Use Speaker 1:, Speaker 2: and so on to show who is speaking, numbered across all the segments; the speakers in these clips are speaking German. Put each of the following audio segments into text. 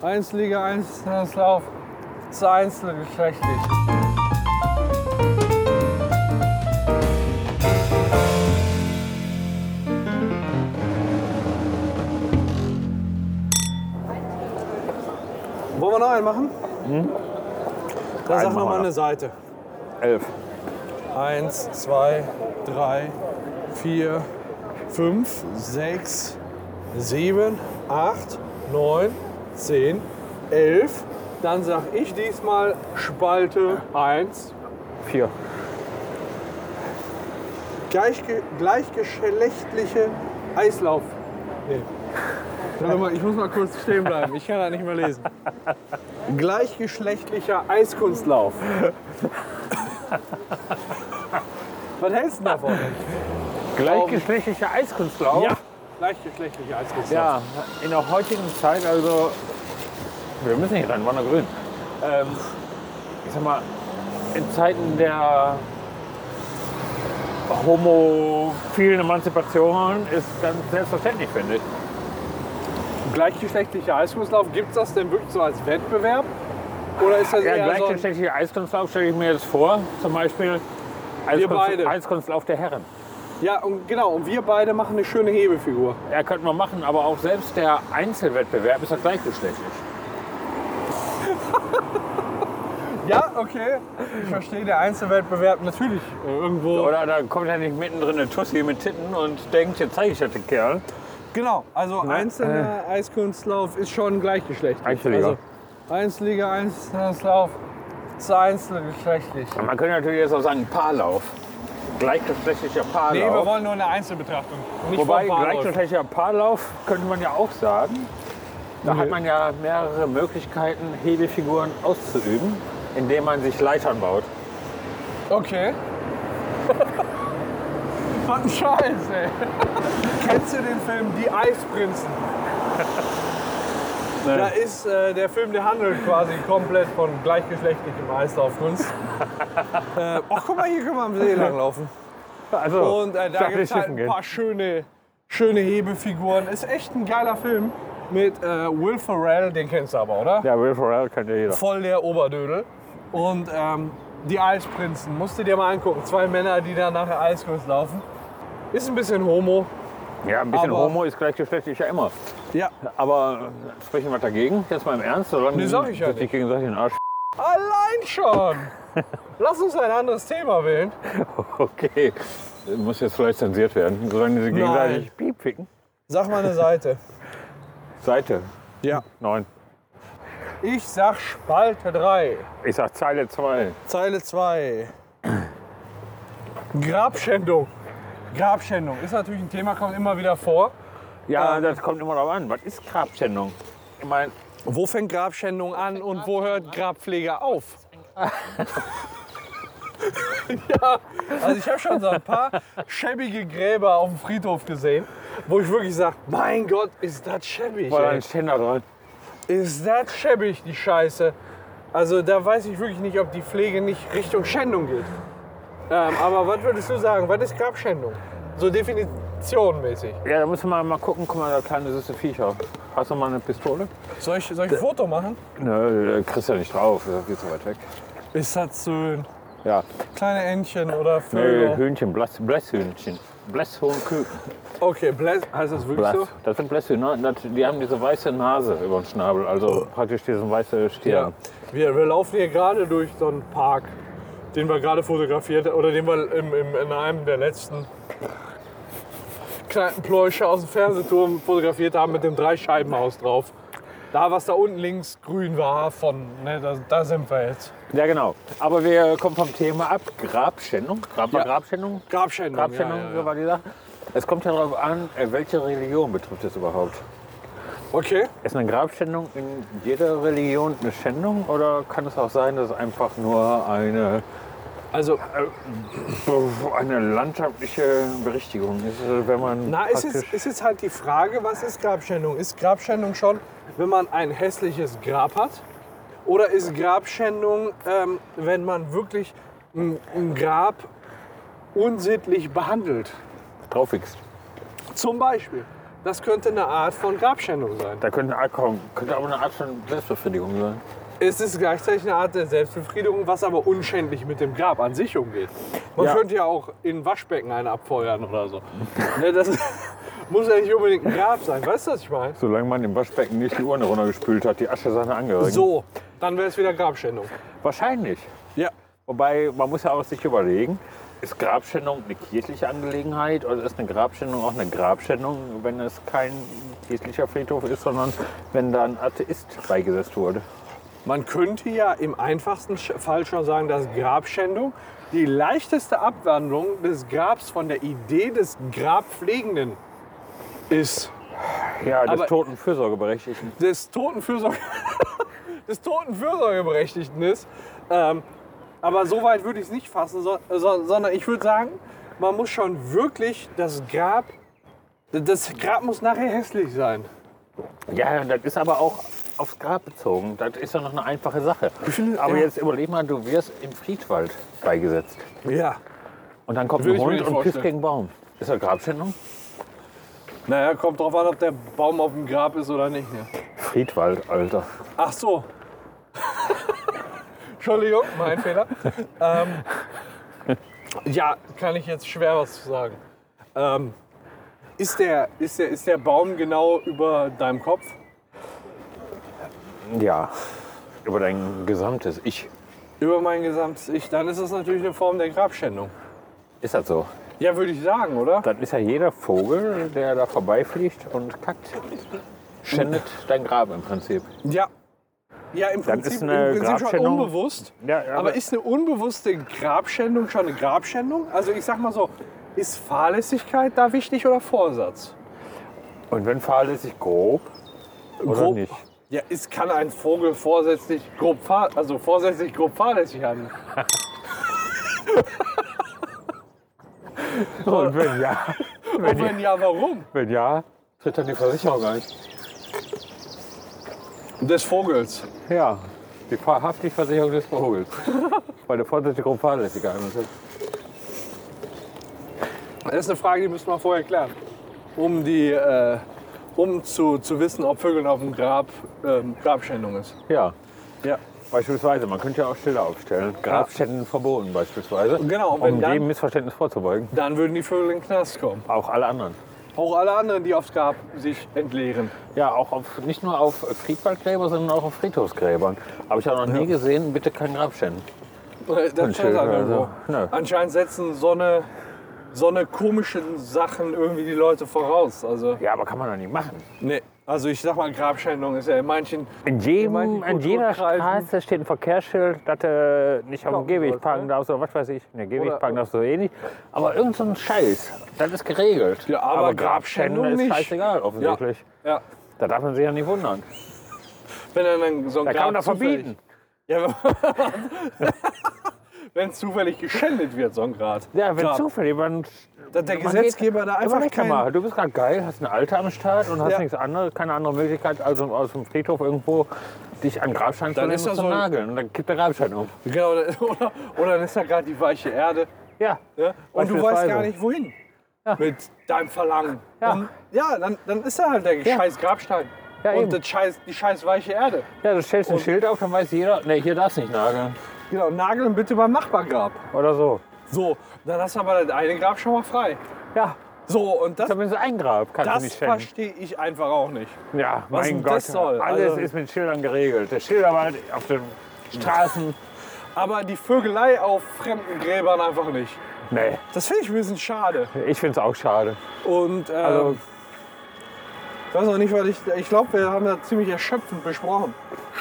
Speaker 1: 1 Liga, 1 Lauf, zu einzelgeschlechtlich. Wollen wir noch einen machen? Dann
Speaker 2: Hm? Einen
Speaker 1: sag noch
Speaker 2: machen wir
Speaker 1: mal
Speaker 2: noch.
Speaker 1: eine Seite.
Speaker 2: Elf.
Speaker 1: Eins, zwei, drei, vier, fünf, sechs, sieben, acht, neun, zehn, elf. Dann sag ich diesmal Spalte eins.
Speaker 2: Vier.
Speaker 1: Gleichge gleichgeschlechtliche Eislauf. Nee. Warte mal, ich muss mal kurz stehen bleiben. Ich kann da nicht mehr lesen. Gleichgeschlechtlicher Eiskunstlauf. Was hältst du davon?
Speaker 2: Gleichgeschlechtlicher Eiskunstlauf?
Speaker 1: Ja, gleichgeschlechtliche Eiskunstlauf.
Speaker 2: Ja, in der heutigen Zeit, also wir müssen nicht ran, Wandergrün. Ähm, ich sag mal, in Zeiten der homophilen Emanzipation ist ganz selbstverständlich, finde ich.
Speaker 1: Gleichgeschlechtlicher Eiskunstlauf, gibt es das denn wirklich so als Wettbewerb? Oder ist das
Speaker 2: Ja,
Speaker 1: eher so ein,
Speaker 2: gleichgeschlechtlicher Eiskunstlauf stelle ich mir jetzt vor, zum Beispiel Eiskunst,
Speaker 1: beide.
Speaker 2: Eiskunstlauf der Herren.
Speaker 1: Ja, und genau, und wir beide machen eine schöne Hebefigur.
Speaker 2: Ja, könnte man machen, aber auch selbst der Einzelwettbewerb ist ja gleichgeschlechtlich.
Speaker 1: Ja, okay. Ich verstehe, der Einzelwettbewerb natürlich äh, irgendwo.
Speaker 2: Oder da kommt ja nicht mittendrin eine Tussi mit Titten und denkt, jetzt zeige ich das den Kerl.
Speaker 1: Genau, also einzelner Eiskunstlauf ist schon gleichgeschlechtlich.
Speaker 2: Äh. Einzelliga.
Speaker 1: Also Einzelliga, Einzelslauf zu einzelgeschlechtlich.
Speaker 2: Man könnte natürlich jetzt auch sagen, Paarlauf. Gleichgeschlechtlicher
Speaker 1: Nee, wir
Speaker 2: Paarlauf.
Speaker 1: wollen nur eine Einzelbetrachtung. Nicht
Speaker 2: Wobei,
Speaker 1: vom Bahnhof.
Speaker 2: gleichgeschlechtlicher Paarlauf könnte man ja auch sagen. Da hat man ja mehrere Möglichkeiten, Hebefiguren auszuüben, indem man sich Leitern baut.
Speaker 1: Okay. Was ein Scheiß, ey. Kennst du den Film Die Eisprinzen? Da ist äh, der Film, der handelt quasi komplett von gleichgeschlechtlichem Eislaufkunst. äh, ach, guck mal, hier können wir am See langlaufen.
Speaker 2: Also,
Speaker 1: Und äh,
Speaker 2: ich
Speaker 1: da
Speaker 2: dachte,
Speaker 1: gibt es
Speaker 2: schiffen
Speaker 1: halt ein
Speaker 2: gehen.
Speaker 1: paar schöne, schöne Hebefiguren. Ist echt ein geiler Film mit äh, Will Ferrell, den kennst du aber, oder?
Speaker 2: Ja, Will Ferrell kennt ja jeder.
Speaker 1: voll der Oberdödel. Und ähm, die Eisprinzen, musst du dir mal angucken. Zwei Männer, die da nachher Eiskunst laufen. Ist ein bisschen homo.
Speaker 2: Ja, ein bisschen
Speaker 1: Aber-
Speaker 2: Homo ist gleichgeschlechtlich ja immer.
Speaker 1: Ja.
Speaker 2: Aber sprechen wir dagegen? Jetzt mal im Ernst? Solange
Speaker 1: Nee, sag ich ja
Speaker 2: sich
Speaker 1: nicht.
Speaker 2: gegenseitig in den Arsch.
Speaker 1: Allein schon. Lass uns ein anderes Thema wählen.
Speaker 2: Okay. Muss jetzt vielleicht zensiert werden. Solange sie gegenseitig piep ficken.
Speaker 1: Sag mal eine Seite.
Speaker 2: Seite
Speaker 1: Ja.
Speaker 2: 9.
Speaker 1: Ich sag Spalte 3,
Speaker 2: Ich sag Zeile 2.
Speaker 1: Zeile 2. Grabschändung. Grabschändung ist natürlich ein Thema, kommt immer wieder vor.
Speaker 2: Ja, das kommt immer darauf an. Was ist Grabschändung? Ich meine,
Speaker 1: Wo fängt Grabschändung an und wo hört Grabpflege auf? ja, also ich habe schon so ein paar schäbige Gräber auf dem Friedhof gesehen, wo ich wirklich sage, mein Gott, ist das schäbig.
Speaker 2: war da
Speaker 1: Ey.
Speaker 2: ein Ständer dran?
Speaker 1: Ist das schäbig, die Scheiße. Also da weiß ich wirklich nicht, ob die Pflege nicht Richtung Schändung geht. Ähm, aber was würdest du sagen, was ist Grabschändung? So definitionmäßig.
Speaker 2: Ja, da muss man mal gucken. Guck mal, da kleine süße Viecher. Hast du mal eine Pistole?
Speaker 1: Soll ich, soll ich ein Foto machen?
Speaker 2: Nö, da kriegst du ja nicht drauf. Das ist viel zu weit weg.
Speaker 1: Ist das schön.
Speaker 2: Ja,
Speaker 1: Kleine Entchen oder
Speaker 2: Nö,
Speaker 1: Vögel.
Speaker 2: Hühnchen, Blass, Blässhühnchen. Blässhornküken.
Speaker 1: Okay, Bless, heißt das wirklich
Speaker 2: Blass.
Speaker 1: so?
Speaker 2: Das sind Blässhühner. Das- Die haben diese weiße Nase über den Schnabel. Also praktisch diesen weißen Stirn.
Speaker 1: Wir, wir laufen hier gerade durch so einen Park, den wir gerade fotografiert oder den wir im, im, in einem der letzten kleinen Pläusche aus dem Fernsehturm fotografiert haben mit dem Dreischeibenhaus drauf. Da, was da unten links grün war, von, ne, da, da sind wir jetzt.
Speaker 2: Ja. genau. Aber wir kommen vom Thema ab. Grabschändung. Grab,
Speaker 1: Ja.
Speaker 2: war Grabschändung?
Speaker 1: Grabschändung.
Speaker 2: Grabschändung
Speaker 1: ja, ja, ja.
Speaker 2: war die Sache. Es kommt ja darauf an, äh, welche Religion betrifft es überhaupt.
Speaker 1: Okay.
Speaker 2: Ist eine Grabschändung in jeder Religion eine Schändung oder kann es auch sein, dass es einfach nur eine,
Speaker 1: Also,
Speaker 2: eine landschaftliche Berichtigung ist, äh, wenn man
Speaker 1: na, ist
Speaker 2: praktisch-
Speaker 1: jetzt, ist jetzt halt die Frage, was ist Grabschändung? Ist Grabschändung schon, wenn man ein hässliches Grab hat? Oder ist Grabschändung, ähm, wenn man wirklich ein, ein Grab unsittlich behandelt?
Speaker 2: drauf wächst?
Speaker 1: Zum Beispiel. Das könnte eine Art von Grabschändung sein.
Speaker 2: Da könnte, eine Art kommen, könnte aber eine Art von Selbstbefriedigung sein.
Speaker 1: Es ist gleichzeitig eine Art der Selbstbefriedigung, was aber unschändlich mit dem Grab an sich umgeht. Man
Speaker 2: Ja.
Speaker 1: könnte ja auch in ein Waschbecken einen abfeuern oder so. ne, das muss ja nicht unbedingt ein Grab sein. Weißt du, was ich meine?
Speaker 2: Solange man im Waschbecken nicht die Urne runtergespült hat, die Asche seiner Angehörigen.
Speaker 1: So, dann wäre es wieder Grabschändung.
Speaker 2: Wahrscheinlich.
Speaker 1: Ja.
Speaker 2: Wobei, man muss ja auch sich überlegen, ist Grabschändung eine kirchliche Angelegenheit oder ist eine Grabschändung auch eine Grabschändung, wenn es kein kirchlicher Friedhof ist, sondern wenn da ein Atheist beigesetzt wurde?
Speaker 1: Man könnte ja im einfachsten Sch- Fall schon sagen, dass Grabschändung die leichteste Abwandlung des Grabs von der Idee des Grabpflegenden ist.
Speaker 2: Ja, des
Speaker 1: Aber-
Speaker 2: toten Fürsorgeberechtigten.
Speaker 1: des Totenfürsorge des Totenfürsorgeberechtigten ist. Ähm, aber so weit würde ich es nicht fassen, so, so, sondern ich würde sagen, man muss schon wirklich das Grab, das Grab muss nachher hässlich sein.
Speaker 2: Ja, das ist aber auch aufs Grab bezogen. Das ist ja noch eine einfache Sache.
Speaker 1: finde-
Speaker 2: Aber
Speaker 1: ja.
Speaker 2: jetzt überleg mal, du wirst im Friedwald beigesetzt.
Speaker 1: Ja.
Speaker 2: Und dann kommt
Speaker 1: Will
Speaker 2: ein
Speaker 1: ich mir
Speaker 2: Hund
Speaker 1: nicht
Speaker 2: und pisst
Speaker 1: vorstellen.
Speaker 2: gegen einen Baum. Ist das Grabschändung?
Speaker 1: Naja, kommt drauf an, ob der Baum auf dem Grab ist oder nicht. Ne?
Speaker 2: Friedwald, Alter.
Speaker 1: Ach so. Entschuldigung, mein Fehler. Ähm, ja, kann ich jetzt schwer was zu sagen. Ähm, ist, der, ist, der, ist der Baum genau über deinem Kopf?
Speaker 2: Ja. Über dein gesamtes Ich.
Speaker 1: Über mein gesamtes Ich? Dann ist das natürlich eine Form der Grabschändung.
Speaker 2: Ist das so?
Speaker 1: Ja, würde ich sagen, oder?
Speaker 2: Dann ist ja jeder Vogel, der da vorbeifliegt und kackt, schändet dein Grab im Prinzip.
Speaker 1: Ja. Ja, im
Speaker 2: Dann
Speaker 1: Prinzip,
Speaker 2: ist eine
Speaker 1: im Prinzip schon
Speaker 2: Grabschändung-
Speaker 1: unbewusst.
Speaker 2: Ja, ja,
Speaker 1: aber
Speaker 2: aber-
Speaker 1: ist eine unbewusste Grabschändung schon eine Grabschändung? Also ich sag mal so, ist Fahrlässigkeit da wichtig oder Vorsatz?
Speaker 2: Und wenn fahrlässig grob oder
Speaker 1: Grob-
Speaker 2: nicht?
Speaker 1: Ja, es kann ein Vogel vorsätzlich grob, fahr also vorsätzlich grob fahrlässig handeln.
Speaker 2: Und wenn ja,
Speaker 1: Und wenn ja, warum?
Speaker 2: wenn ja, tritt dann die Versicherung ein.
Speaker 1: Des Vogels.
Speaker 2: Ja, die Haftpflichtversicherung des Vogels. Weil der vorsätzlich grob fahrlässig geheimnis ist.
Speaker 1: Das ist eine Frage, die müssen wir vorher klären. Um, die, äh, um zu, zu wissen, ob Vögeln auf dem Grab ähm, Grabschändung ist.
Speaker 2: Ja,
Speaker 1: Ja.
Speaker 2: beispielsweise, man könnte ja auch Schilder aufstellen. Grabstätten verboten beispielsweise.
Speaker 1: Genau, und wenn
Speaker 2: um
Speaker 1: dann-
Speaker 2: jedem Missverständnis vorzubeugen.
Speaker 1: Dann würden die Vögel in den Knast kommen.
Speaker 2: Auch alle anderen.
Speaker 1: Auch alle anderen, die aufs Grab sich entleeren.
Speaker 2: Ja, auch auf, nicht nur auf Friedwaldgräber, sondern auch auf Friedhofsgräbern. Habe ich auch noch nie gesehen, bitte kein Grabstätten.
Speaker 1: Äh, Das
Speaker 2: Schild,
Speaker 1: steht da
Speaker 2: also,
Speaker 1: irgendwo.
Speaker 2: ne.
Speaker 1: Anscheinend setzen so eine, so eine komischen Sachen irgendwie die Leute voraus. Also,
Speaker 2: Ja, aber kann man doch nicht machen.
Speaker 1: nee. also ich sag mal, Grabschändung ist ja in manchen
Speaker 2: In
Speaker 1: manchen
Speaker 2: jedem, an jeder
Speaker 1: Kulturkreisen-
Speaker 2: Straße steht ein Verkehrsschild, dass du nicht auf dem
Speaker 1: Stoppen
Speaker 2: Gehweg
Speaker 1: sollst,
Speaker 2: parken
Speaker 1: ne?
Speaker 2: darfst oder was weiß ich. Ne, Gehweg
Speaker 1: Oder-
Speaker 2: parken darfst du eh nicht. Aber irgend so ein Scheiß, das ist geregelt.
Speaker 1: Ja, aber Grabschändung
Speaker 2: ist
Speaker 1: nicht.
Speaker 2: scheißegal, offensichtlich.
Speaker 1: Ja,
Speaker 2: Da darf man sich ja nicht wundern.
Speaker 1: wenn er dann so ein
Speaker 2: Da
Speaker 1: Grab
Speaker 2: kann man das
Speaker 1: zufällig-
Speaker 2: verbieten.
Speaker 1: Ja, wenn es zufällig geschändet wird, so ein Grad.
Speaker 2: Ja, wenn
Speaker 1: Grab.
Speaker 2: zufällig man.
Speaker 1: Dass der
Speaker 2: man
Speaker 1: Gesetzgeber da einfach
Speaker 2: Überleg doch
Speaker 1: kein-
Speaker 2: mal, Du bist gerade geil, hast eine Alte am Start und hast
Speaker 1: Ja.
Speaker 2: nichts anderes, keine andere Möglichkeit, als aus dem Friedhof irgendwo dich an Grabstein zu,
Speaker 1: Dann ist
Speaker 2: nehmen und
Speaker 1: das
Speaker 2: zu
Speaker 1: so ein-
Speaker 2: nageln. Und dann kippt der Grabstein um.
Speaker 1: Genau, dann- oder, oder dann ist da gerade die weiche Erde.
Speaker 2: Ja.
Speaker 1: Ne? Und du weißt
Speaker 2: Beispielsweise.
Speaker 1: gar nicht, wohin. Mit deinem Verlangen.
Speaker 2: Ja.
Speaker 1: Und, ja dann, dann ist da halt der scheiß Grabstein.
Speaker 2: Ja,
Speaker 1: und
Speaker 2: eben.
Speaker 1: das scheiß, die scheiß weiche Erde.
Speaker 2: Ja, du stellst ein Schild auf, dann weiß jeder, ne, hier darfst du nicht nageln.
Speaker 1: Genau, nageln bitte beim Nachbargrab.
Speaker 2: Oder so.
Speaker 1: So, dann hast du aber das eine Grab schon mal frei.
Speaker 2: Ja,
Speaker 1: So, und das,
Speaker 2: zumindest ein Grab kannst du
Speaker 1: das
Speaker 2: nicht schenken.
Speaker 1: verstehe ich einfach auch nicht.
Speaker 2: Ja,
Speaker 1: Was
Speaker 2: mein
Speaker 1: denn
Speaker 2: Gott,
Speaker 1: das soll?
Speaker 2: alles
Speaker 1: Also-
Speaker 2: ist mit Schildern geregelt. Der Schilderwald auf den Straßen,
Speaker 1: Aber die Vögelei auf fremden Gräbern einfach nicht.
Speaker 2: nee,
Speaker 1: Das finde ich ein bisschen schade.
Speaker 2: ich find's auch schade.
Speaker 1: Und ähm,
Speaker 2: Also,
Speaker 1: ich weiß noch nicht, weil ich, ich glaube, wir haben das ziemlich erschöpfend besprochen.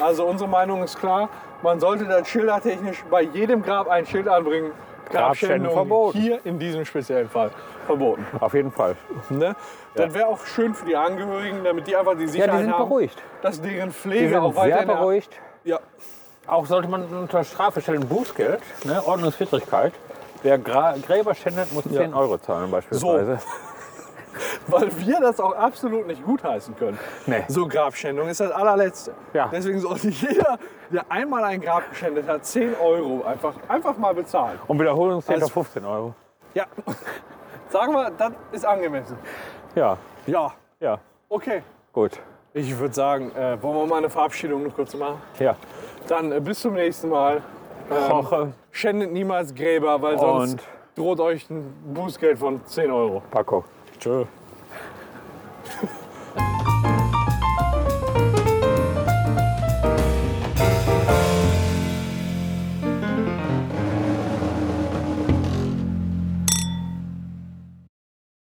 Speaker 1: Also unsere Meinung ist klar, man sollte dann schildertechnisch bei jedem Grab ein Schild anbringen.
Speaker 2: Grabschändung verboten.
Speaker 1: Hier in diesem speziellen Fall verboten.
Speaker 2: auf jeden Fall.
Speaker 1: Ne? Das wäre auch schön für die Angehörigen, damit die einfach die
Speaker 2: Ja,
Speaker 1: Sicherheit
Speaker 2: die sind
Speaker 1: haben,
Speaker 2: beruhigt.
Speaker 1: dass deren
Speaker 2: Die
Speaker 1: Pflege
Speaker 2: sind
Speaker 1: auch
Speaker 2: sehr
Speaker 1: weiterhin...
Speaker 2: beruhigt.
Speaker 1: Ja,
Speaker 2: Auch sollte man unter Strafe stellen, Bußgeld, ne, Ordnungswidrigkeit. Wer Gra Gräber schändet, muss 10 Euro zahlen beispielsweise.
Speaker 1: weil wir das auch absolut nicht gutheißen können.
Speaker 2: Nee.
Speaker 1: So Grabschändung ist das allerletzte.
Speaker 2: Ja.
Speaker 1: Deswegen sollte jeder, der einmal ein Grab geschändet hat, 10 Euro einfach, einfach mal bezahlen.
Speaker 2: Und Wiederholungstäter
Speaker 1: Also-
Speaker 2: 15 Euro.
Speaker 1: Ja, sagen wir, das ist angemessen.
Speaker 2: Ja,
Speaker 1: Ja,
Speaker 2: Ja,
Speaker 1: Okay.
Speaker 2: gut.
Speaker 1: Ich würde sagen, äh, wollen wir mal eine Verabschiedung noch kurz machen?
Speaker 2: Ja, äh,
Speaker 1: Dann äh, bis zum nächsten Mal. Ähm.
Speaker 2: Koche,
Speaker 1: Schändet niemals Gräber, weil sonst
Speaker 2: Und-
Speaker 1: droht euch ein Bußgeld von 10 Euro.
Speaker 2: Paco.
Speaker 1: Tschö.